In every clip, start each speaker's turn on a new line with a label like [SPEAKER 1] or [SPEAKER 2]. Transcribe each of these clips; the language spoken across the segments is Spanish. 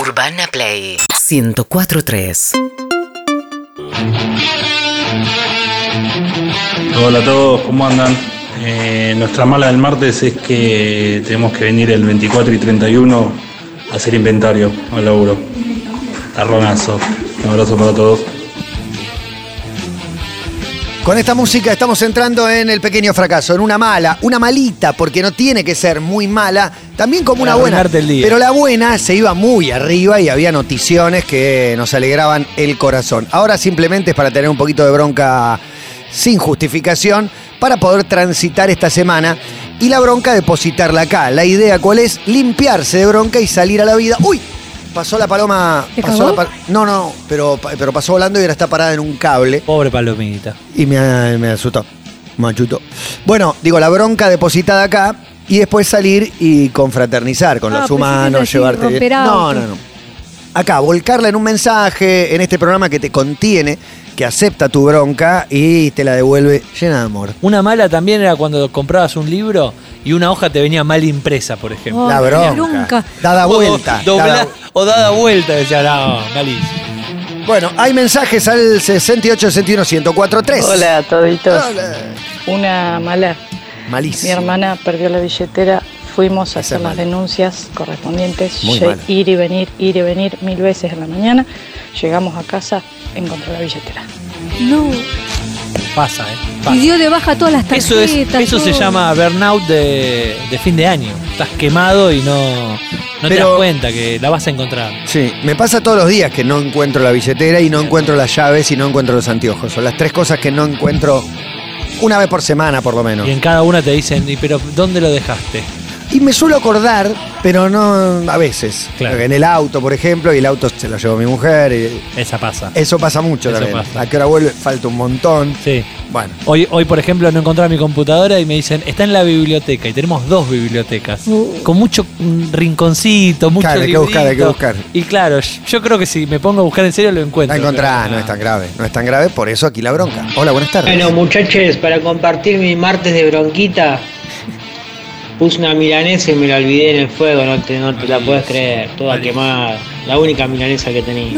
[SPEAKER 1] Urbana Play 1043.
[SPEAKER 2] Hola a todos, ¿cómo andan? Eh, nuestra mala del martes es que tenemos que venir el 24 y 31 a hacer inventario al laburo. Tarronazo. Un abrazo para todos.
[SPEAKER 3] Con esta música estamos entrando en el pequeño fracaso, en una mala, una malita, porque no tiene que ser muy mala, también como
[SPEAKER 4] Para
[SPEAKER 3] una buena.
[SPEAKER 4] arruinarte el día.
[SPEAKER 3] Pero la buena se iba muy arriba y había noticiones que nos alegraban el corazón. Ahora simplemente es para tener un poquito de bronca sin justificación, para poder transitar esta semana. Y la bronca, depositarla acá. La idea cuál es limpiarse de bronca y salir a la vida. ¡Uy! Pasó la paloma.
[SPEAKER 5] ¿Te
[SPEAKER 3] pasó la
[SPEAKER 5] cagó?
[SPEAKER 3] pal- no, no, pero, pero pasó volando y ahora está parada en un cable.
[SPEAKER 4] Pobre palomita.
[SPEAKER 3] Y me, me asustó. Me achutó. Bueno, digo, la bronca depositada acá y después salir y confraternizar con
[SPEAKER 5] Ah,
[SPEAKER 3] los
[SPEAKER 5] pensé que iba a
[SPEAKER 3] humanos,
[SPEAKER 5] decir
[SPEAKER 3] llevarte.
[SPEAKER 5] romper
[SPEAKER 3] no,
[SPEAKER 5] autos.
[SPEAKER 3] no, no. Acá, volcarla en un mensaje, en este programa que te contiene, que acepta tu bronca y te la devuelve llena de amor.
[SPEAKER 4] Una mala también era cuando comprabas un libro y una hoja te venía mal impresa, por ejemplo.
[SPEAKER 5] Oh,
[SPEAKER 3] la bronca.
[SPEAKER 5] bronca.
[SPEAKER 3] Dada
[SPEAKER 4] O do-
[SPEAKER 3] vuelta.
[SPEAKER 4] dobla-
[SPEAKER 3] dada-
[SPEAKER 4] o dada vuelta, decía, no, malísimo.
[SPEAKER 3] Bueno, hay mensajes al 68 61 1043.
[SPEAKER 6] Hola, toditos.
[SPEAKER 3] Hola.
[SPEAKER 6] Una mala. Mi
[SPEAKER 3] Malísimo.
[SPEAKER 6] hermana perdió la billetera. Fuimos
[SPEAKER 3] Esa
[SPEAKER 6] a hacer
[SPEAKER 3] es
[SPEAKER 6] las
[SPEAKER 3] mala.
[SPEAKER 6] denuncias correspondientes.
[SPEAKER 3] Muy
[SPEAKER 6] Ye-
[SPEAKER 3] mala.
[SPEAKER 6] Ir y venir, ir y venir mil veces en la mañana. Llegamos a casa, encontré la billetera.
[SPEAKER 5] No.
[SPEAKER 4] Pasa, ¿eh?
[SPEAKER 5] Y
[SPEAKER 4] Pasa.
[SPEAKER 5] dio de baja todas las tarjetas.
[SPEAKER 4] Eso, es, eso se
[SPEAKER 5] todo.
[SPEAKER 4] llama burnout de, de fin de año. Estás quemado y no, no te
[SPEAKER 3] Pero-
[SPEAKER 4] das cuenta que la vas a encontrar.
[SPEAKER 3] Sí, me pasa todos los días que no encuentro la billetera y no encuentro las llaves y no encuentro los anteojos. Son las tres cosas que no encuentro una vez por semana, por lo menos.
[SPEAKER 4] Y en cada una te dicen, "Y, pero ¿dónde lo dejaste?
[SPEAKER 3] Y me suelo acordar, pero no a veces.
[SPEAKER 4] Claro.
[SPEAKER 3] En el auto, por ejemplo, y el auto se lo llevó mi mujer. y
[SPEAKER 4] Esa pasa.
[SPEAKER 3] eso pasa mucho
[SPEAKER 4] Eso
[SPEAKER 3] también.
[SPEAKER 4] pasa.
[SPEAKER 3] A qué hora vuelve, falta un montón.
[SPEAKER 4] Sí.
[SPEAKER 3] Bueno,
[SPEAKER 4] Hoy, hoy, por ejemplo, no encontraba mi computadora y me dicen, está en la biblioteca. Y tenemos dos bibliotecas.
[SPEAKER 5] Uh.
[SPEAKER 4] Con mucho mm, rinconcito, mucho
[SPEAKER 3] Claro, hay que buscar, hay que
[SPEAKER 4] librito.
[SPEAKER 3] buscar.
[SPEAKER 4] Y claro, yo- yo creo que si me pongo a buscar en serio lo encuentro.
[SPEAKER 3] la encontrás,
[SPEAKER 4] ah.
[SPEAKER 3] no es tan grave. No es tan grave, por eso aquí la bronca. Hola, buenas tardes.
[SPEAKER 7] Bueno, muchachos, para compartir mi martes de bronquita, puse una milanesa y me la olvidé en el fuego, no te, no te la puedes creer, toda quemada, la única milanesa que tenía.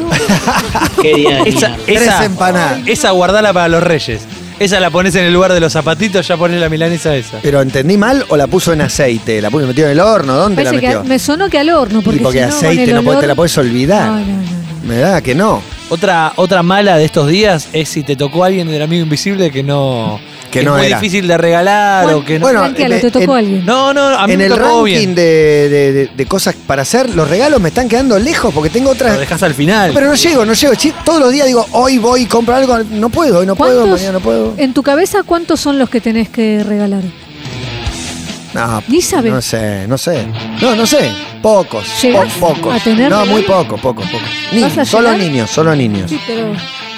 [SPEAKER 7] Qué día de
[SPEAKER 4] Esa,
[SPEAKER 7] mierda.
[SPEAKER 3] Tres
[SPEAKER 4] esa,
[SPEAKER 3] empanadas.
[SPEAKER 4] Esa guardala para los reyes. Esa la pones en el lugar de los zapatitos, ya pones la milanesa esa.
[SPEAKER 3] ¿Pero entendí mal o la puso en aceite? ¿La puso metió en el horno? ¿Dónde la
[SPEAKER 5] Parece que
[SPEAKER 3] metió?
[SPEAKER 5] a- me sonó que al horno. Porque,
[SPEAKER 3] y porque
[SPEAKER 5] si no, con
[SPEAKER 3] aceite
[SPEAKER 5] el
[SPEAKER 3] no podés- te
[SPEAKER 5] olor-
[SPEAKER 3] la podés olvidar.
[SPEAKER 5] No, no, no,
[SPEAKER 3] Me da que no.
[SPEAKER 4] Otra, otra mala de estos días es si te tocó alguien del amigo invisible que no.
[SPEAKER 3] Que
[SPEAKER 4] es
[SPEAKER 3] no
[SPEAKER 4] muy
[SPEAKER 3] era.
[SPEAKER 4] difícil de regalar o que no.
[SPEAKER 3] bueno,
[SPEAKER 5] Tranquila,
[SPEAKER 3] en-
[SPEAKER 5] te tocó
[SPEAKER 3] en-
[SPEAKER 5] alguien.
[SPEAKER 4] no, no, a mí
[SPEAKER 3] en
[SPEAKER 4] me
[SPEAKER 3] el
[SPEAKER 4] tocó
[SPEAKER 3] ranking
[SPEAKER 4] bien.
[SPEAKER 3] de, de- de- de cosas para hacer, los regalos me están quedando lejos porque tengo
[SPEAKER 4] Lo
[SPEAKER 3] otras.
[SPEAKER 4] dejas al final.
[SPEAKER 3] Pero no llego, no llego. Chi- Todos los días digo, hoy voy y compro algo. No puedo, hoy no puedo,
[SPEAKER 5] ¿Cuántos-
[SPEAKER 3] mañana no puedo.
[SPEAKER 5] En tu cabeza, ¿cuántos son los que tenés que regalar?
[SPEAKER 3] No,
[SPEAKER 5] Ni sabes.
[SPEAKER 3] No sé, no sé. No, no sé. Pocos. po-
[SPEAKER 5] ¿Llegás
[SPEAKER 3] pocos.
[SPEAKER 5] a tener
[SPEAKER 3] no,
[SPEAKER 5] regalos?
[SPEAKER 3] muy pocos, pocos, pocos.
[SPEAKER 5] a
[SPEAKER 3] Niños, solo
[SPEAKER 5] llegar?
[SPEAKER 3] niños, solo niños.
[SPEAKER 5] Sí, pero.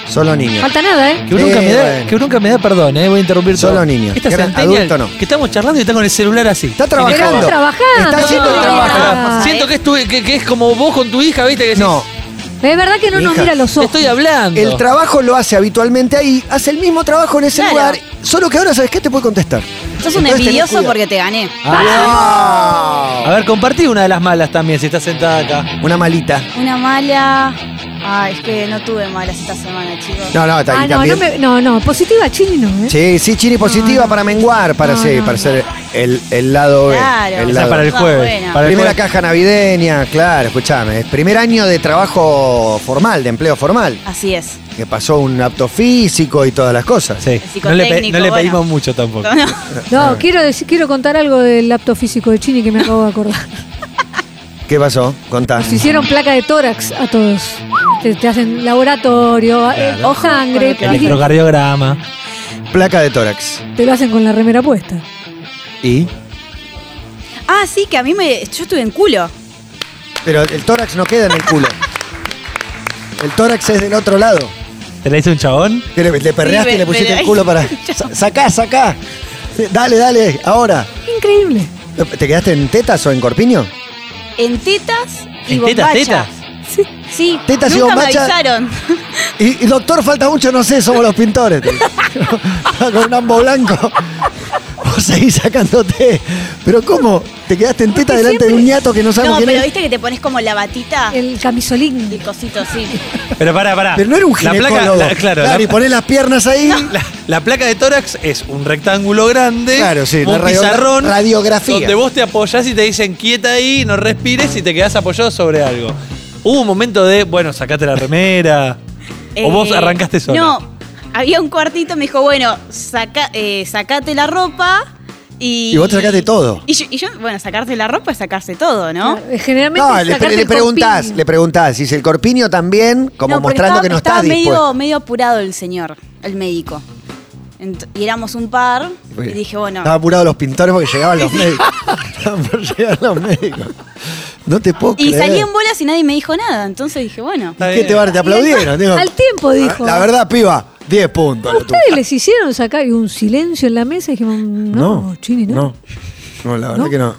[SPEAKER 3] Solo niños.
[SPEAKER 5] Falta nada, ¿eh?
[SPEAKER 4] Que
[SPEAKER 3] Eh,
[SPEAKER 4] bronca, me da,
[SPEAKER 3] bueno.
[SPEAKER 4] que bronca me da perdón, eh, voy a interrumpir
[SPEAKER 3] Solo
[SPEAKER 4] todo.
[SPEAKER 3] niños.
[SPEAKER 4] Esta
[SPEAKER 3] Que eran
[SPEAKER 4] centennial
[SPEAKER 3] adulto no.
[SPEAKER 4] Que estamos charlando y está con el celular así.
[SPEAKER 3] Está
[SPEAKER 5] Pero
[SPEAKER 3] trabajando.
[SPEAKER 5] está trabajando.
[SPEAKER 3] Está haciendo el
[SPEAKER 5] No,
[SPEAKER 3] trabajo.
[SPEAKER 5] no, no.
[SPEAKER 4] Siento que es, tu- que, que es como vos con tu hija, viste, que decís,
[SPEAKER 3] No,
[SPEAKER 5] Es verdad que no
[SPEAKER 3] Mi
[SPEAKER 5] nos
[SPEAKER 3] hija,
[SPEAKER 5] mira los ojos. Ah,
[SPEAKER 4] estoy hablando.
[SPEAKER 3] el trabajo lo hace habitualmente ahí, hace el mismo trabajo en ese
[SPEAKER 8] Claro.
[SPEAKER 3] lugar, solo que ahora, ¿sabes qué? Te puede contestar.
[SPEAKER 8] Sos
[SPEAKER 3] Entonces
[SPEAKER 8] un
[SPEAKER 3] tenés
[SPEAKER 8] envidioso
[SPEAKER 3] cuidado.
[SPEAKER 8] porque te gané.
[SPEAKER 3] Ah.
[SPEAKER 4] A ver, compartí una de las malas también, si estás sentada acá.
[SPEAKER 3] Una malita.
[SPEAKER 8] Una mala. Ay, es que no tuve malas esta semana, chicos.
[SPEAKER 3] No, no, está
[SPEAKER 5] Ah,
[SPEAKER 3] ahí
[SPEAKER 5] no,
[SPEAKER 3] también.
[SPEAKER 5] no, me- no, no, positiva Chini no, ¿eh?
[SPEAKER 3] Sí, sí, chini positiva para menguar, para,
[SPEAKER 5] No,
[SPEAKER 3] sí,
[SPEAKER 5] no,
[SPEAKER 3] para
[SPEAKER 5] no.
[SPEAKER 3] ser el, el lado B.
[SPEAKER 8] Claro.
[SPEAKER 3] el
[SPEAKER 8] Esa
[SPEAKER 4] Esa
[SPEAKER 3] lado
[SPEAKER 4] es para el
[SPEAKER 3] B.
[SPEAKER 8] Ah,
[SPEAKER 4] jueves.
[SPEAKER 8] buena.
[SPEAKER 4] Para el
[SPEAKER 3] Primera
[SPEAKER 4] jueves.
[SPEAKER 3] caja navideña, claro, escúchame. es Primer año de trabajo formal, de empleo formal.
[SPEAKER 8] Así es.
[SPEAKER 3] Que pasó un apto físico y todas las cosas.
[SPEAKER 4] Sí.
[SPEAKER 8] El
[SPEAKER 4] No le, pe-
[SPEAKER 8] psicotécnico,
[SPEAKER 4] no le
[SPEAKER 8] bueno.
[SPEAKER 4] pedimos mucho tampoco.
[SPEAKER 8] No, no.
[SPEAKER 5] No, quiero, decir, quiero contar algo del laptop físico de Chini que me acabo de acordar.
[SPEAKER 3] ¿Qué pasó? Contá.
[SPEAKER 5] Nos hicieron placa de tórax a todos. Te, te hacen laboratorio, eh, o sangre,
[SPEAKER 8] Con lo que
[SPEAKER 5] y
[SPEAKER 4] Electrocardiograma.
[SPEAKER 3] Placa de tórax.
[SPEAKER 5] te lo hacen con la remera puesta.
[SPEAKER 3] ¿Y?
[SPEAKER 8] Ah, sí, que a mí me. Yo estuve en culo.
[SPEAKER 3] Pero el tórax no queda en el culo. El tórax es del otro lado.
[SPEAKER 4] ¿Te la hizo un chabón?
[SPEAKER 3] Que le, le perreaste
[SPEAKER 8] Sí,
[SPEAKER 3] y le
[SPEAKER 8] me- me
[SPEAKER 3] pusiste
[SPEAKER 8] la
[SPEAKER 3] el culo
[SPEAKER 8] hice.
[SPEAKER 3] para. Sa- Sacá, sacá. Dale, dale, ahora.
[SPEAKER 5] Increíble.
[SPEAKER 3] ¿Te quedaste en tetas o en corpiño?
[SPEAKER 8] En tetas y
[SPEAKER 4] ¿En tetas,
[SPEAKER 8] bombacha.
[SPEAKER 4] tetas?
[SPEAKER 8] Sí. Sí.
[SPEAKER 3] Tetas y
[SPEAKER 8] Nunca me
[SPEAKER 3] bombacha.
[SPEAKER 8] avisaron.
[SPEAKER 3] Y, y doctor, falta mucho, no sé, somos los pintores. Con un ambo blanco. Vos seguís sacándote. Pero ¿cómo? Te quedaste en teta
[SPEAKER 5] Porque
[SPEAKER 3] delante de un
[SPEAKER 5] siempre-
[SPEAKER 3] ñato que no sabemos
[SPEAKER 8] No,
[SPEAKER 3] quién
[SPEAKER 8] pero
[SPEAKER 3] es.
[SPEAKER 8] viste que te pones como la batita
[SPEAKER 5] El camisolín.
[SPEAKER 8] y cosito así.
[SPEAKER 4] Pero pará, pará.
[SPEAKER 3] Pero no era un
[SPEAKER 4] La
[SPEAKER 3] ginecólogo.
[SPEAKER 4] placa, la- claro,
[SPEAKER 3] Claro,
[SPEAKER 4] la-
[SPEAKER 3] y ponés las piernas ahí.
[SPEAKER 4] La, la placa de tórax es un rectángulo grande,
[SPEAKER 3] Claro, sí,
[SPEAKER 4] un
[SPEAKER 3] la radio-
[SPEAKER 4] pizarrón,
[SPEAKER 3] radiografía.
[SPEAKER 4] donde vos te apoyás y te dicen quieta ahí, no respires y te quedás apoyado sobre algo. Hubo un momento de, bueno, sacate la remera. o vos
[SPEAKER 8] Eh,
[SPEAKER 4] arrancaste sola.
[SPEAKER 8] No, había un cuartito, me dijo, bueno, saca, eh, sacate la ropa y...
[SPEAKER 3] Y vos te sacaste todo.
[SPEAKER 8] Y yo, y yo, bueno, sacarte la ropa es sacarse todo, ¿no?
[SPEAKER 5] Claro, eh, Generalmente
[SPEAKER 3] No,
[SPEAKER 5] es
[SPEAKER 3] le,
[SPEAKER 5] sacarte
[SPEAKER 3] le
[SPEAKER 5] el
[SPEAKER 3] preguntás,
[SPEAKER 5] corpiño.
[SPEAKER 3] le preguntás. Si es el corpiño también, como
[SPEAKER 8] No, porque
[SPEAKER 3] mostrando
[SPEAKER 8] estaba-
[SPEAKER 3] que no
[SPEAKER 8] estaba
[SPEAKER 3] estás dispuesto.
[SPEAKER 8] medio, medio apurado el señor, el médico. Ent- y éramos un par y dije, bueno,
[SPEAKER 3] Estaba apurado los pintores porque llegaban los médicos. Estaban por llegar los médicos. No te puedo
[SPEAKER 8] Y
[SPEAKER 3] creer.
[SPEAKER 8] salí en bolas y nadie me dijo nada. Entonces dije, bueno.
[SPEAKER 4] Está
[SPEAKER 3] ¿Qué
[SPEAKER 4] bien.
[SPEAKER 3] te van? ¿Te
[SPEAKER 5] Y al-
[SPEAKER 3] aplaudieron? Digo,
[SPEAKER 5] Al tiempo dijo.
[SPEAKER 3] La verdad, piba, 10 puntos.
[SPEAKER 5] ¿A ustedes les hicieron sacar un silencio en la mesa? Y dijimos, no, Chini, no.
[SPEAKER 3] No, No, la verdad que no.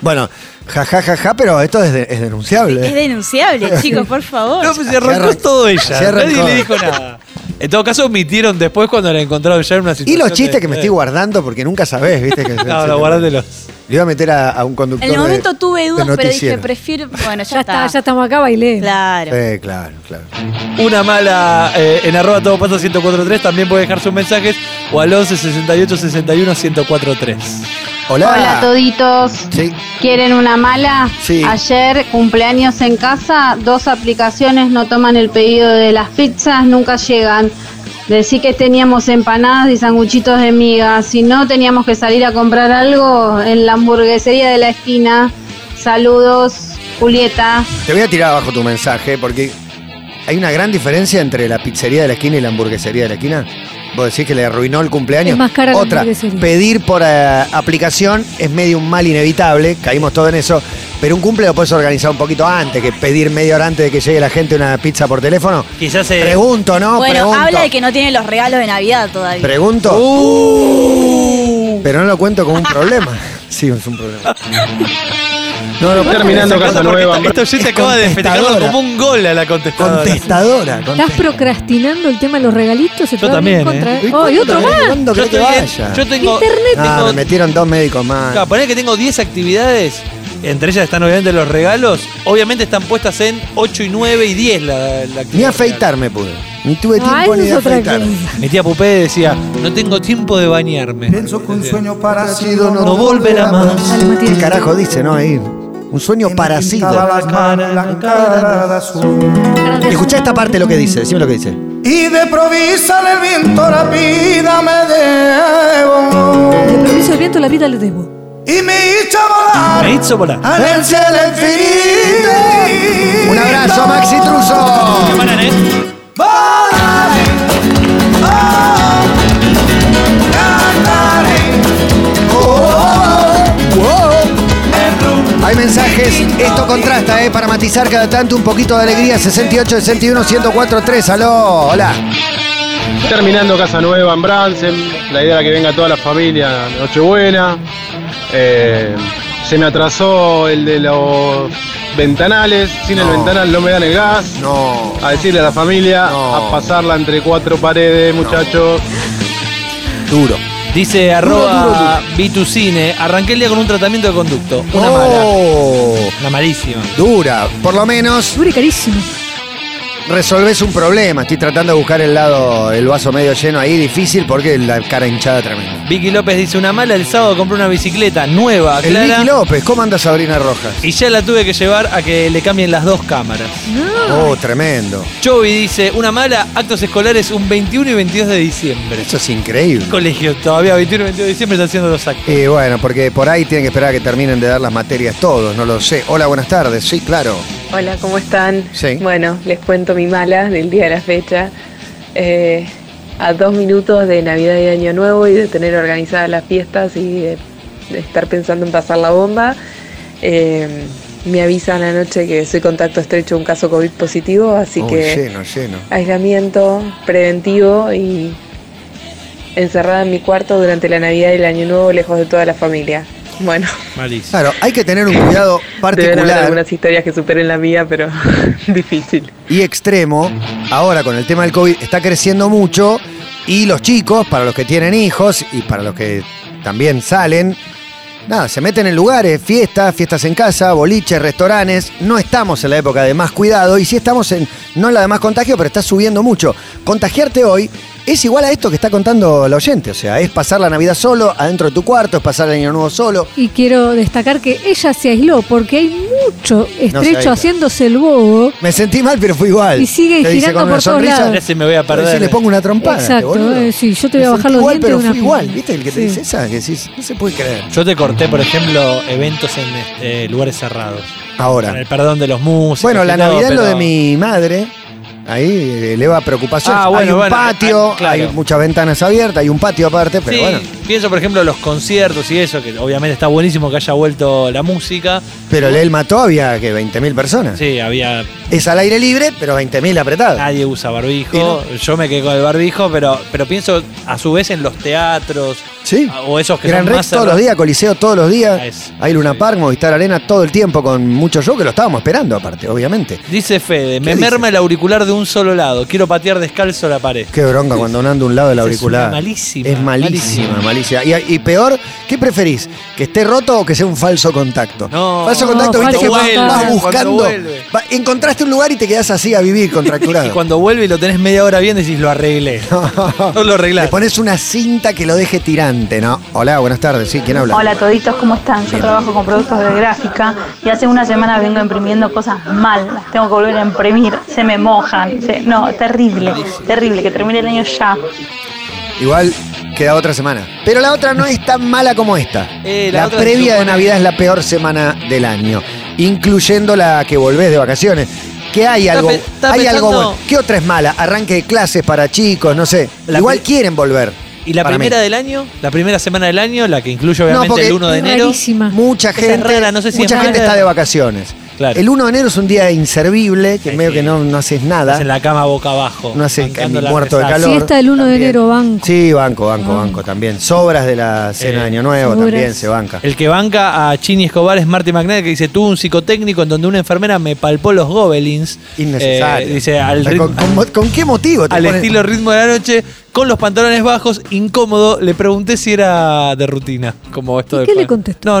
[SPEAKER 3] Bueno, jajajaja, pero esto es, de- es denunciable.
[SPEAKER 8] Es denunciable, chicos, por favor.
[SPEAKER 4] No, pues se arrancó
[SPEAKER 3] arrancó.
[SPEAKER 4] todo
[SPEAKER 3] Se
[SPEAKER 4] ella.
[SPEAKER 3] arrancó.
[SPEAKER 4] Nadie le dijo nada. En todo caso, omitieron después cuando la encontraron ya en una
[SPEAKER 3] Y
[SPEAKER 4] situación.
[SPEAKER 3] los chistes
[SPEAKER 4] de-
[SPEAKER 3] que me estoy guardando porque nunca sabés, ¿viste? Que
[SPEAKER 4] No, no, guárdelos.
[SPEAKER 3] Le iba a meter a, a un conductor.
[SPEAKER 8] en el
[SPEAKER 3] de-
[SPEAKER 8] momento tuve
[SPEAKER 3] de
[SPEAKER 8] dudas, pero dije,
[SPEAKER 3] noticiero.
[SPEAKER 8] prefiero. Bueno, ya,
[SPEAKER 5] Ya, está, ya estamos acá, bailé.
[SPEAKER 8] Claro.
[SPEAKER 3] Sí, claro, claro.
[SPEAKER 4] Una mala eh, en arroba todo pasa 1043 también puede dejar sus mensajes o al 11 68 61 1043.
[SPEAKER 3] Hola.
[SPEAKER 6] Hola toditos.
[SPEAKER 3] Sí.
[SPEAKER 6] ¿Quieren una mala?
[SPEAKER 3] Sí.
[SPEAKER 6] Ayer, cumpleaños en casa, dos aplicaciones no toman el pedido de las pizzas, nunca llegan. Decí que teníamos empanadas y sanguchitos de miga. Si no, teníamos que salir a comprar algo en la hamburguesería de la esquina. Saludos, Julieta.
[SPEAKER 3] Te voy a tirar abajo tu mensaje porque hay una gran diferencia entre la pizzería de la esquina y la hamburguesería de la esquina. Vos decís que le arruinó el cumpleaños.
[SPEAKER 5] Es más cara la
[SPEAKER 3] Otra,
[SPEAKER 5] hamburguesería.
[SPEAKER 3] pedir por eh, aplicación es medio un mal inevitable, caímos todos en eso, pero un cumple lo puedes organizar un poquito antes que pedir media hora antes de que llegue la gente una pizza por teléfono.
[SPEAKER 4] Quizás se.
[SPEAKER 3] Pregunto, ¿no?
[SPEAKER 8] bueno,
[SPEAKER 3] Pregunto.
[SPEAKER 8] habla de que no tiene los regalos de Navidad todavía.
[SPEAKER 3] Pregunto. Pero no lo cuento como un problema. Sí, es un problema. No lo
[SPEAKER 4] Me
[SPEAKER 7] Terminando
[SPEAKER 4] encanta
[SPEAKER 7] Casa
[SPEAKER 4] porque
[SPEAKER 7] Nueva.
[SPEAKER 4] Esta, esta oyente
[SPEAKER 3] Es
[SPEAKER 4] acaba de festejarlo
[SPEAKER 3] contestadora.
[SPEAKER 4] como un gol a la contestadora.
[SPEAKER 3] Contestadora.
[SPEAKER 5] ¿Estás
[SPEAKER 3] contestadora.
[SPEAKER 5] procrastinando el tema de los regalitos? Se te
[SPEAKER 4] Yo
[SPEAKER 5] va a venir
[SPEAKER 4] también,
[SPEAKER 5] en
[SPEAKER 4] ¿eh?
[SPEAKER 5] contra, ¿eh? Oh, y otro más.
[SPEAKER 3] ¿Cuándo
[SPEAKER 4] Yo,
[SPEAKER 3] crees que
[SPEAKER 4] estoy bien,
[SPEAKER 3] vaya?
[SPEAKER 4] yo tengo.
[SPEAKER 5] Internet.
[SPEAKER 3] Ah,
[SPEAKER 4] tengo-
[SPEAKER 3] me metieron dos médicos más.
[SPEAKER 4] Claro, ponele que tengo 10 actividades. Entre ellas están obviamente los regalos. Obviamente están puestas en 8 y 9 y 10 la, la actividad.
[SPEAKER 3] Ni afeitarme pude. Ni tuve
[SPEAKER 5] Ah,
[SPEAKER 3] tiempo
[SPEAKER 5] eso
[SPEAKER 3] ni
[SPEAKER 5] es
[SPEAKER 3] de
[SPEAKER 5] otra
[SPEAKER 3] afeitarme.
[SPEAKER 5] cosa.
[SPEAKER 4] Mi tía Pupé decía, no tengo tiempo de bañarme. Pienso con sueño.
[SPEAKER 3] Parecido
[SPEAKER 4] No volverá más.
[SPEAKER 5] Dale, Matías.
[SPEAKER 3] ¿Qué carajo dice, no? Ahí. Un sueño parecido.
[SPEAKER 5] Gracias.
[SPEAKER 3] Escuchá esta parte lo que dice. Decime lo que dice.
[SPEAKER 7] Y de provisa el viento rápida me debo.
[SPEAKER 5] De provincia del viento la vida le debo.
[SPEAKER 7] Y me hizo volar
[SPEAKER 4] Me hizo
[SPEAKER 3] Ah.
[SPEAKER 4] volar.
[SPEAKER 7] al el cielo infinito.
[SPEAKER 3] Un abrazo, Maxi Truso.
[SPEAKER 4] ¿eh?
[SPEAKER 7] Volaré, oh, cantaré,
[SPEAKER 3] Hay mensajes, esto contrasta, ¿eh? Para matizar cada tanto un poquito de alegría. 68, 61, 104, 3. Aló, hola.
[SPEAKER 7] Terminando Casa Nueva en Bransen, la idea era que venga toda la familia Nochebuena. Eh, se me atrasó el de los ventanales, sin
[SPEAKER 3] No.
[SPEAKER 7] el ventanal no me dan el gas.
[SPEAKER 3] No.
[SPEAKER 7] A decirle a la familia,
[SPEAKER 3] No.
[SPEAKER 7] a pasarla entre cuatro paredes, muchachos.
[SPEAKER 3] Duro.
[SPEAKER 4] Dice arroba Vitucine, arranqué el día con un tratamiento de conducto. Una mala.
[SPEAKER 3] Oh,
[SPEAKER 4] Una malísima.
[SPEAKER 3] Dura. Por lo menos
[SPEAKER 5] Dura y carísimo.
[SPEAKER 3] resolvés un problema. Estoy tratando de buscar el lado, el vaso medio lleno ahí. Difícil porque la cara hinchada tremenda.
[SPEAKER 4] Vicky López dice una mala, el sábado compré una bicicleta nueva,
[SPEAKER 3] El
[SPEAKER 4] Clara,
[SPEAKER 3] Vicky López, ¿cómo anda Sabrina Rojas?
[SPEAKER 4] y ya la tuve que llevar a que le cambien las dos cámaras.
[SPEAKER 3] Oh, tremendo.
[SPEAKER 4] Chovy dice, una mala, actos escolares un 21 y 22 de diciembre.
[SPEAKER 3] Eso es increíble.
[SPEAKER 4] Colegio, todavía 21 y 22 de diciembre está haciendo los actos.
[SPEAKER 3] Y bueno, porque por ahí tienen que esperar a que terminen de dar las materias todos, no lo sé. Hola, buenas tardes. Sí, claro.
[SPEAKER 6] Hola, ¿cómo están?
[SPEAKER 3] Sí.
[SPEAKER 6] Bueno, les cuento mi mala del día de la fecha. Eh, a dos minutos de Navidad y Año Nuevo y de tener organizadas las fiestas y de, de estar pensando en pasar la bomba, eh, me avisan anoche que soy contacto estrecho de un caso COVID positivo, así
[SPEAKER 3] Oh,
[SPEAKER 6] que
[SPEAKER 3] lleno, lleno.
[SPEAKER 6] aislamiento preventivo y encerrada en mi cuarto durante la Navidad y el Año Nuevo lejos de toda la familia. Bueno,
[SPEAKER 4] Malísimo.
[SPEAKER 3] Claro, hay que tener un cuidado
[SPEAKER 6] deben haber
[SPEAKER 3] particular
[SPEAKER 6] algunas historias que superen la mía, pero difícil.
[SPEAKER 3] y extremo. Ahora con el tema del COVID está creciendo mucho y los chicos, para los que tienen hijos y para los que también salen. Nada, se meten en lugares, fiestas, fiestas en casa, boliches, restaurantes. No estamos en la época de más cuidado y sí estamos en, no en la de más contagio, pero está subiendo mucho. Contagiarte hoy es igual a esto que está contando la oyente. O sea, es pasar la Navidad solo, adentro de tu cuarto, es pasar el Año Nuevo solo.
[SPEAKER 5] Y quiero destacar que ella se aisló porque hay mucho estrecho
[SPEAKER 3] aísla.
[SPEAKER 5] haciéndose el bobo.
[SPEAKER 3] Me sentí mal, pero fue igual.
[SPEAKER 5] Y sigue
[SPEAKER 3] Te dice
[SPEAKER 5] girando
[SPEAKER 3] con una
[SPEAKER 5] por todos
[SPEAKER 3] sonrisa,
[SPEAKER 5] lados.
[SPEAKER 4] Ese me voy a
[SPEAKER 3] Pero
[SPEAKER 4] perder. eh.
[SPEAKER 3] si le pongo una trompada. este
[SPEAKER 5] Exacto,
[SPEAKER 3] boludo.
[SPEAKER 5] eh, sí, yo te voy
[SPEAKER 3] Me
[SPEAKER 5] a
[SPEAKER 3] sentí
[SPEAKER 5] bajar los
[SPEAKER 3] igual,
[SPEAKER 5] dientes
[SPEAKER 3] pero
[SPEAKER 5] de una
[SPEAKER 3] fui igual,
[SPEAKER 5] piña.
[SPEAKER 3] ¿viste? El que te
[SPEAKER 5] Sí.
[SPEAKER 3] dice esa, que decís, no se puede creer.
[SPEAKER 4] Yo te corté, por ejemplo, eventos en este, lugares cerrados. Con
[SPEAKER 3] Ahora.
[SPEAKER 4] el perdón de los músicos.
[SPEAKER 3] Bueno, la
[SPEAKER 4] y todo,
[SPEAKER 3] Navidad es lo
[SPEAKER 4] pero-
[SPEAKER 3] de mi madre. Ahí eleva preocupación.
[SPEAKER 4] Ah, bueno,
[SPEAKER 3] hay un
[SPEAKER 4] bueno,
[SPEAKER 3] patio,
[SPEAKER 4] ah, claro.
[SPEAKER 3] hay muchas ventanas abiertas, hay un patio aparte, pero
[SPEAKER 4] Sí,
[SPEAKER 3] bueno.
[SPEAKER 4] pienso por ejemplo los conciertos y eso, que obviamente está buenísimo que haya vuelto la música.
[SPEAKER 3] Pero el Elma mató había que 20.000 personas.
[SPEAKER 4] Sí, Ah, había
[SPEAKER 3] Es al aire libre, pero 20.000 apretadas.
[SPEAKER 4] Nadie usa barbijo. Yo me quedé con el barbijo, pero, pero pienso a su vez en los teatros.
[SPEAKER 3] Sí.
[SPEAKER 4] ah, O esos que
[SPEAKER 3] Gran
[SPEAKER 4] son
[SPEAKER 3] Rex
[SPEAKER 4] más
[SPEAKER 3] todos los días, Coliseo todos los
[SPEAKER 4] Ah,
[SPEAKER 3] días.
[SPEAKER 4] es-
[SPEAKER 3] Hay Luna Park, Movistar Arena todo el tiempo con muchos shows que lo estábamos esperando aparte, obviamente.
[SPEAKER 4] Dice Fede, me
[SPEAKER 3] dice?
[SPEAKER 4] merma el auricular de un solo lado. Quiero patear descalzo la pared.
[SPEAKER 3] Qué bronca cuando uno anda a un lado del
[SPEAKER 4] Esa es
[SPEAKER 3] auricular.
[SPEAKER 4] una malísima,
[SPEAKER 3] Es malísima, malísima. Y, y peor, ¿qué preferís? ¿Que esté roto o que sea un falso contacto?
[SPEAKER 4] No.
[SPEAKER 3] falso contacto,
[SPEAKER 5] No,
[SPEAKER 3] viste que
[SPEAKER 5] falso
[SPEAKER 3] vas-
[SPEAKER 5] contacto.
[SPEAKER 3] vas
[SPEAKER 5] Cuando
[SPEAKER 3] buscando.
[SPEAKER 4] vuelve.
[SPEAKER 3] va- encontraste un lugar y te quedás así a vivir
[SPEAKER 4] Y
[SPEAKER 3] contracturado.
[SPEAKER 4] cuando vuelve y lo tenés media hora bien, decís lo arreglé. No lo
[SPEAKER 3] Le
[SPEAKER 4] arreglás.
[SPEAKER 3] pones una cinta que lo deje tirante, ¿no? Hola, buenas tardes. Sí, ¿quién habla?
[SPEAKER 9] Hola toditos, ¿cómo están? Yo trabajo con productos de gráfica y hace una semana vengo imprimiendo cosas mal, las tengo que volver a imprimir, se me mojan, se- no, terrible, terrible, que termine el año ya.
[SPEAKER 3] Igual queda otra semana. Pero la otra no es tan mala como esta.
[SPEAKER 4] Eh, la
[SPEAKER 3] la
[SPEAKER 4] otra
[SPEAKER 3] previa
[SPEAKER 4] se
[SPEAKER 3] de
[SPEAKER 4] supone-
[SPEAKER 3] Navidad es la peor semana del año, incluyendo la que volvés de vacaciones. Que hay
[SPEAKER 4] Está
[SPEAKER 3] algo,
[SPEAKER 4] pe- está
[SPEAKER 3] hay algo
[SPEAKER 4] pensando-
[SPEAKER 3] bueno. ¿Qué otra es mala? Arranque de clases para chicos, no sé.
[SPEAKER 4] La
[SPEAKER 3] Igual
[SPEAKER 4] pri-
[SPEAKER 3] quieren volver.
[SPEAKER 4] Y la
[SPEAKER 3] para mí.
[SPEAKER 4] primera del año, la primera semana del año, la que incluye
[SPEAKER 3] No,
[SPEAKER 4] obviamente
[SPEAKER 3] porque
[SPEAKER 4] el 1 de enero.
[SPEAKER 5] Rarísima.
[SPEAKER 3] Mucha
[SPEAKER 4] Esa
[SPEAKER 3] gente,
[SPEAKER 4] es rara, no sé si
[SPEAKER 3] mucha
[SPEAKER 4] es
[SPEAKER 3] gente
[SPEAKER 4] mala.
[SPEAKER 3] está de vacaciones.
[SPEAKER 4] Claro.
[SPEAKER 3] El 1 de enero es un día inservible, que
[SPEAKER 4] Sí,
[SPEAKER 3] medio
[SPEAKER 4] sí.
[SPEAKER 3] que no, no haces nada.
[SPEAKER 4] Estás en la cama boca abajo.
[SPEAKER 3] No haces
[SPEAKER 4] bancando
[SPEAKER 3] ni
[SPEAKER 4] la
[SPEAKER 3] muerto de
[SPEAKER 4] resaca.
[SPEAKER 3] calor.
[SPEAKER 5] Fiesta del 1 de
[SPEAKER 3] También.
[SPEAKER 5] enero, banco.
[SPEAKER 3] Sí, banco, banco,
[SPEAKER 5] Ah.
[SPEAKER 3] banco también. Sobras de la cena de
[SPEAKER 4] Eh,
[SPEAKER 3] Año Nuevo
[SPEAKER 5] sobras.
[SPEAKER 3] también se banca.
[SPEAKER 4] El que banca a Chini Escobar es Marty McNair, que dice, tuve un psicotécnico en donde una enfermera me palpó los gobelins.
[SPEAKER 3] Innecesario.
[SPEAKER 4] Eh, dice,
[SPEAKER 3] O
[SPEAKER 4] al,
[SPEAKER 3] sea,
[SPEAKER 4] ritmo-
[SPEAKER 3] ¿con, con mo- con qué motivo? te
[SPEAKER 4] al
[SPEAKER 3] ponen-
[SPEAKER 4] estilo ritmo de la noche, con los pantalones bajos, incómodo. Le pregunté si era de rutina, como esto
[SPEAKER 5] ¿Y
[SPEAKER 4] de
[SPEAKER 5] qué le
[SPEAKER 4] pan.
[SPEAKER 5] contestó?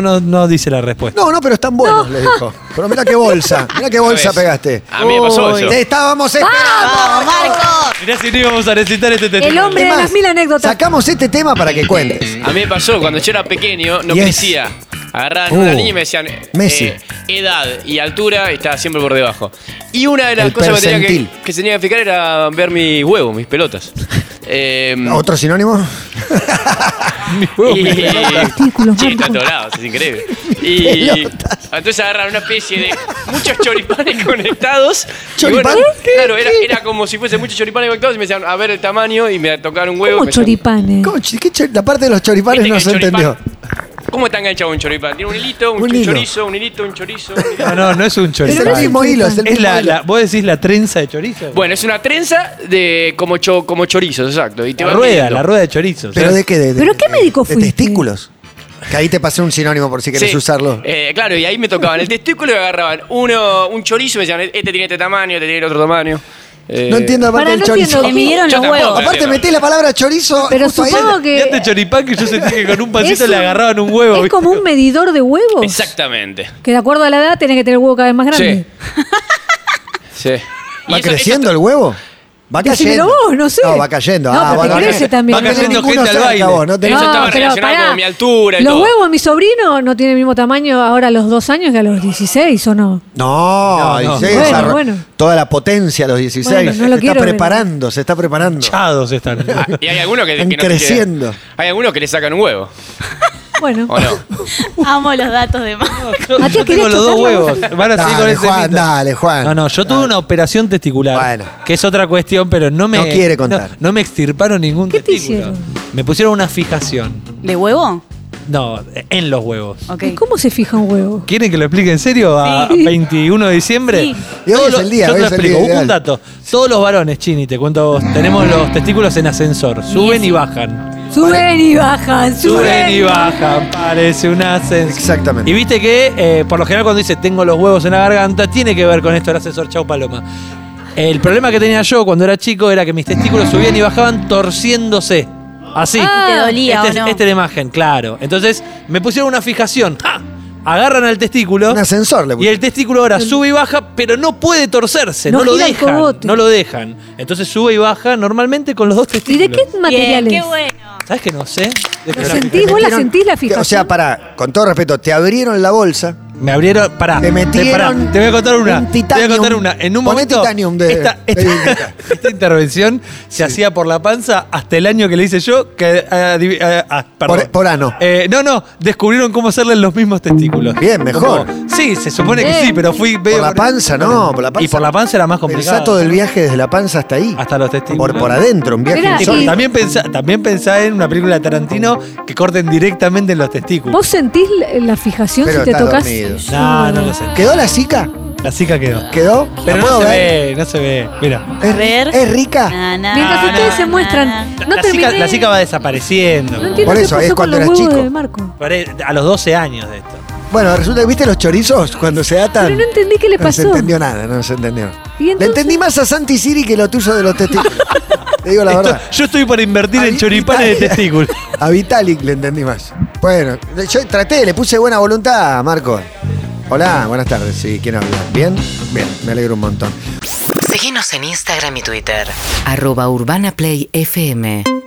[SPEAKER 4] No, no, no dice la respuesta.
[SPEAKER 3] No, no, pero están buenos, le dijo. Pero mirá qué bolsa, mirá qué bolsa pegaste.
[SPEAKER 10] A mí me pasó
[SPEAKER 3] Uy,
[SPEAKER 10] eso.
[SPEAKER 3] Te estábamos esperando.
[SPEAKER 8] Marco!
[SPEAKER 4] Mirá si no íbamos a necesitar este
[SPEAKER 5] El
[SPEAKER 4] testimonio.
[SPEAKER 5] hombre de
[SPEAKER 3] Además,
[SPEAKER 5] las mil anécdotas.
[SPEAKER 3] Sacamos este tema para que cuentes.
[SPEAKER 10] A mí me pasó, cuando yo era pequeño, no
[SPEAKER 3] Yes.
[SPEAKER 10] crecía. Agarraban una
[SPEAKER 3] Uh,
[SPEAKER 10] niña y me decían eh,
[SPEAKER 3] Messi.
[SPEAKER 10] eh, edad y altura y estaba siempre por debajo. Y una de las
[SPEAKER 3] El
[SPEAKER 10] cosas que tenía que,
[SPEAKER 3] percentil.
[SPEAKER 10] que se tenía que fijar era ver mis huevos, mis pelotas. Eh,
[SPEAKER 8] Mm.
[SPEAKER 3] ¿Otro sinónimo?
[SPEAKER 4] Mi juego,
[SPEAKER 10] y-
[SPEAKER 4] mi pelota.
[SPEAKER 5] Testículos,
[SPEAKER 10] Sí, está
[SPEAKER 5] Marco.
[SPEAKER 10] atorado, es increíble. Y entonces agarran una especie de muchos choripanes conectados. y bueno,
[SPEAKER 3] ¿Choripán?
[SPEAKER 10] claro, era, era como si fuese muchos choripanes conectados y me decían a ver el tamaño y me tocaron un huevo. y
[SPEAKER 5] Como
[SPEAKER 10] me decían,
[SPEAKER 5] choripanes.
[SPEAKER 3] ¿Cómo ch- qué ch- la parte de los choripanes
[SPEAKER 10] Viste
[SPEAKER 3] no
[SPEAKER 10] que
[SPEAKER 3] se
[SPEAKER 10] el choripán-
[SPEAKER 3] entendió.
[SPEAKER 10] ¿Cómo está enganchado un choripán? Tiene un hilito, un,
[SPEAKER 3] Un
[SPEAKER 10] cho-
[SPEAKER 3] hilo.
[SPEAKER 10] chorizo, un hilito, un chorizo. un hilito.
[SPEAKER 4] No, no, no es un
[SPEAKER 3] Es
[SPEAKER 4] chorizo.
[SPEAKER 3] el mismo hilo, es el
[SPEAKER 4] Es
[SPEAKER 3] mismo
[SPEAKER 4] la,
[SPEAKER 3] hilo.
[SPEAKER 4] la- ¿Vos decís la trenza de chorizo?
[SPEAKER 10] Bueno, es una trenza de como, cho- como chorizos, exacto. Y te
[SPEAKER 4] la
[SPEAKER 10] va
[SPEAKER 4] rueda,
[SPEAKER 10] midiendo.
[SPEAKER 4] la rueda de chorizo.
[SPEAKER 3] ¿Pero de qué? De, de-
[SPEAKER 5] ¿Pero qué médico
[SPEAKER 3] de
[SPEAKER 5] fuiste?
[SPEAKER 3] testículos. Que ahí te pasé un sinónimo por si querés
[SPEAKER 10] Sí.
[SPEAKER 3] usarlo.
[SPEAKER 10] Eh, claro, y ahí me tocaban el testículo y agarraban uno, un chorizo y me decían, este tiene este tamaño, este tiene el otro tamaño. Eh,
[SPEAKER 3] No entiendo la parte
[SPEAKER 5] Pará,
[SPEAKER 3] del
[SPEAKER 5] no
[SPEAKER 3] chorizo.
[SPEAKER 5] entiendo.
[SPEAKER 8] Le midieron
[SPEAKER 10] Yo
[SPEAKER 8] los
[SPEAKER 10] tampoco.
[SPEAKER 8] huevos.
[SPEAKER 3] Aparte metí la palabra chorizo
[SPEAKER 5] Pero
[SPEAKER 3] justo ahí.
[SPEAKER 5] supongo que.
[SPEAKER 4] Fíjate
[SPEAKER 10] este
[SPEAKER 4] choripán que yo sentí que con un pancito
[SPEAKER 5] es
[SPEAKER 4] le
[SPEAKER 5] un-
[SPEAKER 4] agarraban un huevo.
[SPEAKER 5] Es
[SPEAKER 4] ¿viste?
[SPEAKER 5] como un medidor de huevos.
[SPEAKER 10] Exactamente.
[SPEAKER 5] Que de acuerdo a la edad tenés que tener el huevo cada vez más grande.
[SPEAKER 10] Sí. Y
[SPEAKER 3] ¿Va
[SPEAKER 10] eso-
[SPEAKER 3] creciendo
[SPEAKER 10] eso-
[SPEAKER 3] el huevo? Va
[SPEAKER 5] Decímelo
[SPEAKER 3] cayendo.
[SPEAKER 5] vos, no sé.
[SPEAKER 3] No, va cayendo.
[SPEAKER 5] No,
[SPEAKER 3] ah,
[SPEAKER 5] pero
[SPEAKER 3] va
[SPEAKER 5] te
[SPEAKER 3] cayendo.
[SPEAKER 5] crece también.
[SPEAKER 4] Va cayendo
[SPEAKER 3] Ninguno
[SPEAKER 4] gente al
[SPEAKER 3] cerca
[SPEAKER 4] baile.
[SPEAKER 3] vos, no tenés-
[SPEAKER 10] Pero eso estaba
[SPEAKER 5] pero
[SPEAKER 10] relacionado
[SPEAKER 5] pará.
[SPEAKER 10] con mi altura y
[SPEAKER 5] Los
[SPEAKER 10] todo.
[SPEAKER 5] huevos de mi sobrino no tienen el mismo tamaño ahora a los dos años que a los 16, ¿o no?
[SPEAKER 3] No,
[SPEAKER 4] No, no.
[SPEAKER 3] 16,
[SPEAKER 5] Bueno,
[SPEAKER 3] desarro-
[SPEAKER 5] bueno.
[SPEAKER 3] toda la potencia a los 16.
[SPEAKER 5] Bueno, no lo
[SPEAKER 3] se
[SPEAKER 5] quiero,
[SPEAKER 3] está
[SPEAKER 5] pero-
[SPEAKER 3] preparando, se está preparando.
[SPEAKER 4] Chados están.
[SPEAKER 10] Y hay algunos que, que
[SPEAKER 3] Están
[SPEAKER 10] no- que-
[SPEAKER 3] creciendo.
[SPEAKER 10] hay algunos que le sacan un huevo.
[SPEAKER 5] Bueno.
[SPEAKER 10] ¿O no?
[SPEAKER 8] Amo los datos de Marco.
[SPEAKER 5] ¿A ti
[SPEAKER 4] Yo tengo
[SPEAKER 5] querés
[SPEAKER 4] los dos
[SPEAKER 5] chocarlo?
[SPEAKER 4] huevos. Van a seguir con
[SPEAKER 3] Dale,
[SPEAKER 4] ese
[SPEAKER 3] Juan,
[SPEAKER 4] mito.
[SPEAKER 3] dale, Juan.
[SPEAKER 4] No, no, yo tuve una operación testicular,
[SPEAKER 3] Bueno.
[SPEAKER 4] que es otra cuestión, pero no me
[SPEAKER 3] No quiere contar.
[SPEAKER 4] No, no me extirparon ningún
[SPEAKER 5] ¿Qué te
[SPEAKER 4] testículo.
[SPEAKER 5] hicieron?
[SPEAKER 4] Me pusieron una fijación.
[SPEAKER 8] ¿De huevo?
[SPEAKER 4] No, en los huevos.
[SPEAKER 8] Ok.
[SPEAKER 5] ¿Y cómo se fija un huevo?
[SPEAKER 4] ¿Quieren que lo explique en serio a
[SPEAKER 5] Sí.
[SPEAKER 4] 21 de diciembre?
[SPEAKER 8] Sí.
[SPEAKER 3] Y hoy
[SPEAKER 4] Todos
[SPEAKER 3] es
[SPEAKER 4] los-
[SPEAKER 3] el día,
[SPEAKER 4] yo
[SPEAKER 3] hoy
[SPEAKER 4] te lo
[SPEAKER 3] es el
[SPEAKER 4] explico.
[SPEAKER 3] día ideal.
[SPEAKER 4] Un dato. Todos los varones, Chini, te cuento a vos, tenemos los testículos en ascensor. Suben y bajan.
[SPEAKER 5] Suben y bajan,
[SPEAKER 4] Suben y bajan. Parece un ascensor.
[SPEAKER 3] Exactamente.
[SPEAKER 4] Y viste que, eh, por lo general, cuando dice tengo los huevos en la garganta, tiene que ver con esto el asesor Chau Paloma. El problema que tenía yo cuando era chico era que mis testículos subían y bajaban torciéndose. Así.
[SPEAKER 8] Ah. ¿Te dolía
[SPEAKER 4] Este
[SPEAKER 8] o
[SPEAKER 4] es-
[SPEAKER 8] no?
[SPEAKER 4] Esta es la imagen, claro. Entonces me pusieron una fijación. ¡Ja! Agarran al testículo. Un
[SPEAKER 3] ascensor le
[SPEAKER 4] Y el testículo ahora sube y baja, pero no puede torcerse. No,
[SPEAKER 5] No
[SPEAKER 4] lo
[SPEAKER 5] gira el
[SPEAKER 4] dejan.
[SPEAKER 5] cogote.
[SPEAKER 4] No lo dejan. Entonces sube y baja normalmente con los dos
[SPEAKER 5] ¿Y de
[SPEAKER 4] testículos.
[SPEAKER 5] qué material es?
[SPEAKER 4] ¿Sabes que no sé?
[SPEAKER 5] ¿Lo sentís? ¿Vos la sentís la fijación?
[SPEAKER 3] O sea, pará, con todo respeto, te abrieron la bolsa.
[SPEAKER 4] Me abrieron, pará.
[SPEAKER 3] Te metieron.
[SPEAKER 4] pará, te voy a contar una.
[SPEAKER 3] un
[SPEAKER 4] te voy a contar
[SPEAKER 3] titanium.
[SPEAKER 4] una. En un
[SPEAKER 3] Poné
[SPEAKER 4] momento.
[SPEAKER 3] titanium de-
[SPEAKER 4] esta, esta- esta intervención se hacía por la panza hasta el año que le hice yo. Que, adiv- eh, ah, perdón.
[SPEAKER 3] Por, por ano.
[SPEAKER 4] Eh, no, no, descubrieron cómo hacerle los mismos testículos.
[SPEAKER 3] Bien, mejor.
[SPEAKER 4] Como- sí, se supone que sí, pero fui
[SPEAKER 3] Por la panza, no, por la panza.
[SPEAKER 4] Y por la panza era más
[SPEAKER 3] El
[SPEAKER 4] complicado.
[SPEAKER 3] sato del viaje desde la panza hasta ahí.
[SPEAKER 4] Hasta los testículos.
[SPEAKER 3] Por, por adentro, un viaje
[SPEAKER 5] Era-
[SPEAKER 3] insólito.
[SPEAKER 5] y-
[SPEAKER 4] También pensá, también pensá en una película de Tarantino que corten directamente en los testículos.
[SPEAKER 5] ¿Vos sentís la- la fijación
[SPEAKER 3] Pero
[SPEAKER 5] si te
[SPEAKER 3] está
[SPEAKER 5] tocas?
[SPEAKER 3] dormido.
[SPEAKER 4] No, no lo sé.
[SPEAKER 3] ¿Quedó la cica?
[SPEAKER 4] La cica quedó.
[SPEAKER 3] ¿Quedó?
[SPEAKER 4] Pero
[SPEAKER 3] ¿La
[SPEAKER 4] no
[SPEAKER 3] puedo
[SPEAKER 4] se
[SPEAKER 3] ver?
[SPEAKER 4] ve, no se ve. Mira.
[SPEAKER 3] ¿Es, es rica?
[SPEAKER 5] Mientras ustedes se muestran, no
[SPEAKER 4] la, cica,
[SPEAKER 5] terminé-
[SPEAKER 4] la cica va desapareciendo.
[SPEAKER 5] No entiendo
[SPEAKER 3] Por
[SPEAKER 5] qué
[SPEAKER 3] eso,
[SPEAKER 5] pasó
[SPEAKER 3] es
[SPEAKER 5] con
[SPEAKER 3] cuando
[SPEAKER 5] los
[SPEAKER 3] eras
[SPEAKER 5] huevos
[SPEAKER 3] chico.
[SPEAKER 5] de Marco.
[SPEAKER 4] Pare- A los 12 años de esto.
[SPEAKER 3] Bueno, resulta que viste los chorizos cuando se atan.
[SPEAKER 5] Pero no entendí qué le
[SPEAKER 3] No se
[SPEAKER 5] pasó.
[SPEAKER 3] entendió nada, no se entendió.
[SPEAKER 5] ¿Y
[SPEAKER 3] Le
[SPEAKER 5] entonces?
[SPEAKER 3] entendí más a Santi Siri que lo tuyo de los testículos. Te digo la
[SPEAKER 4] Esto-
[SPEAKER 3] verdad.
[SPEAKER 4] yo estoy por invertir en choripanes de testículos.
[SPEAKER 3] A Vitalik le entendí más. Bueno, yo traté, le puse buena voluntad a Marco. Hola, buenas tardes. Sí, ¿quién habla? ¿Bien? Bien, me alegro un montón.
[SPEAKER 1] Seguinos en Instagram y Twitter. Arroba Urbana Play FM.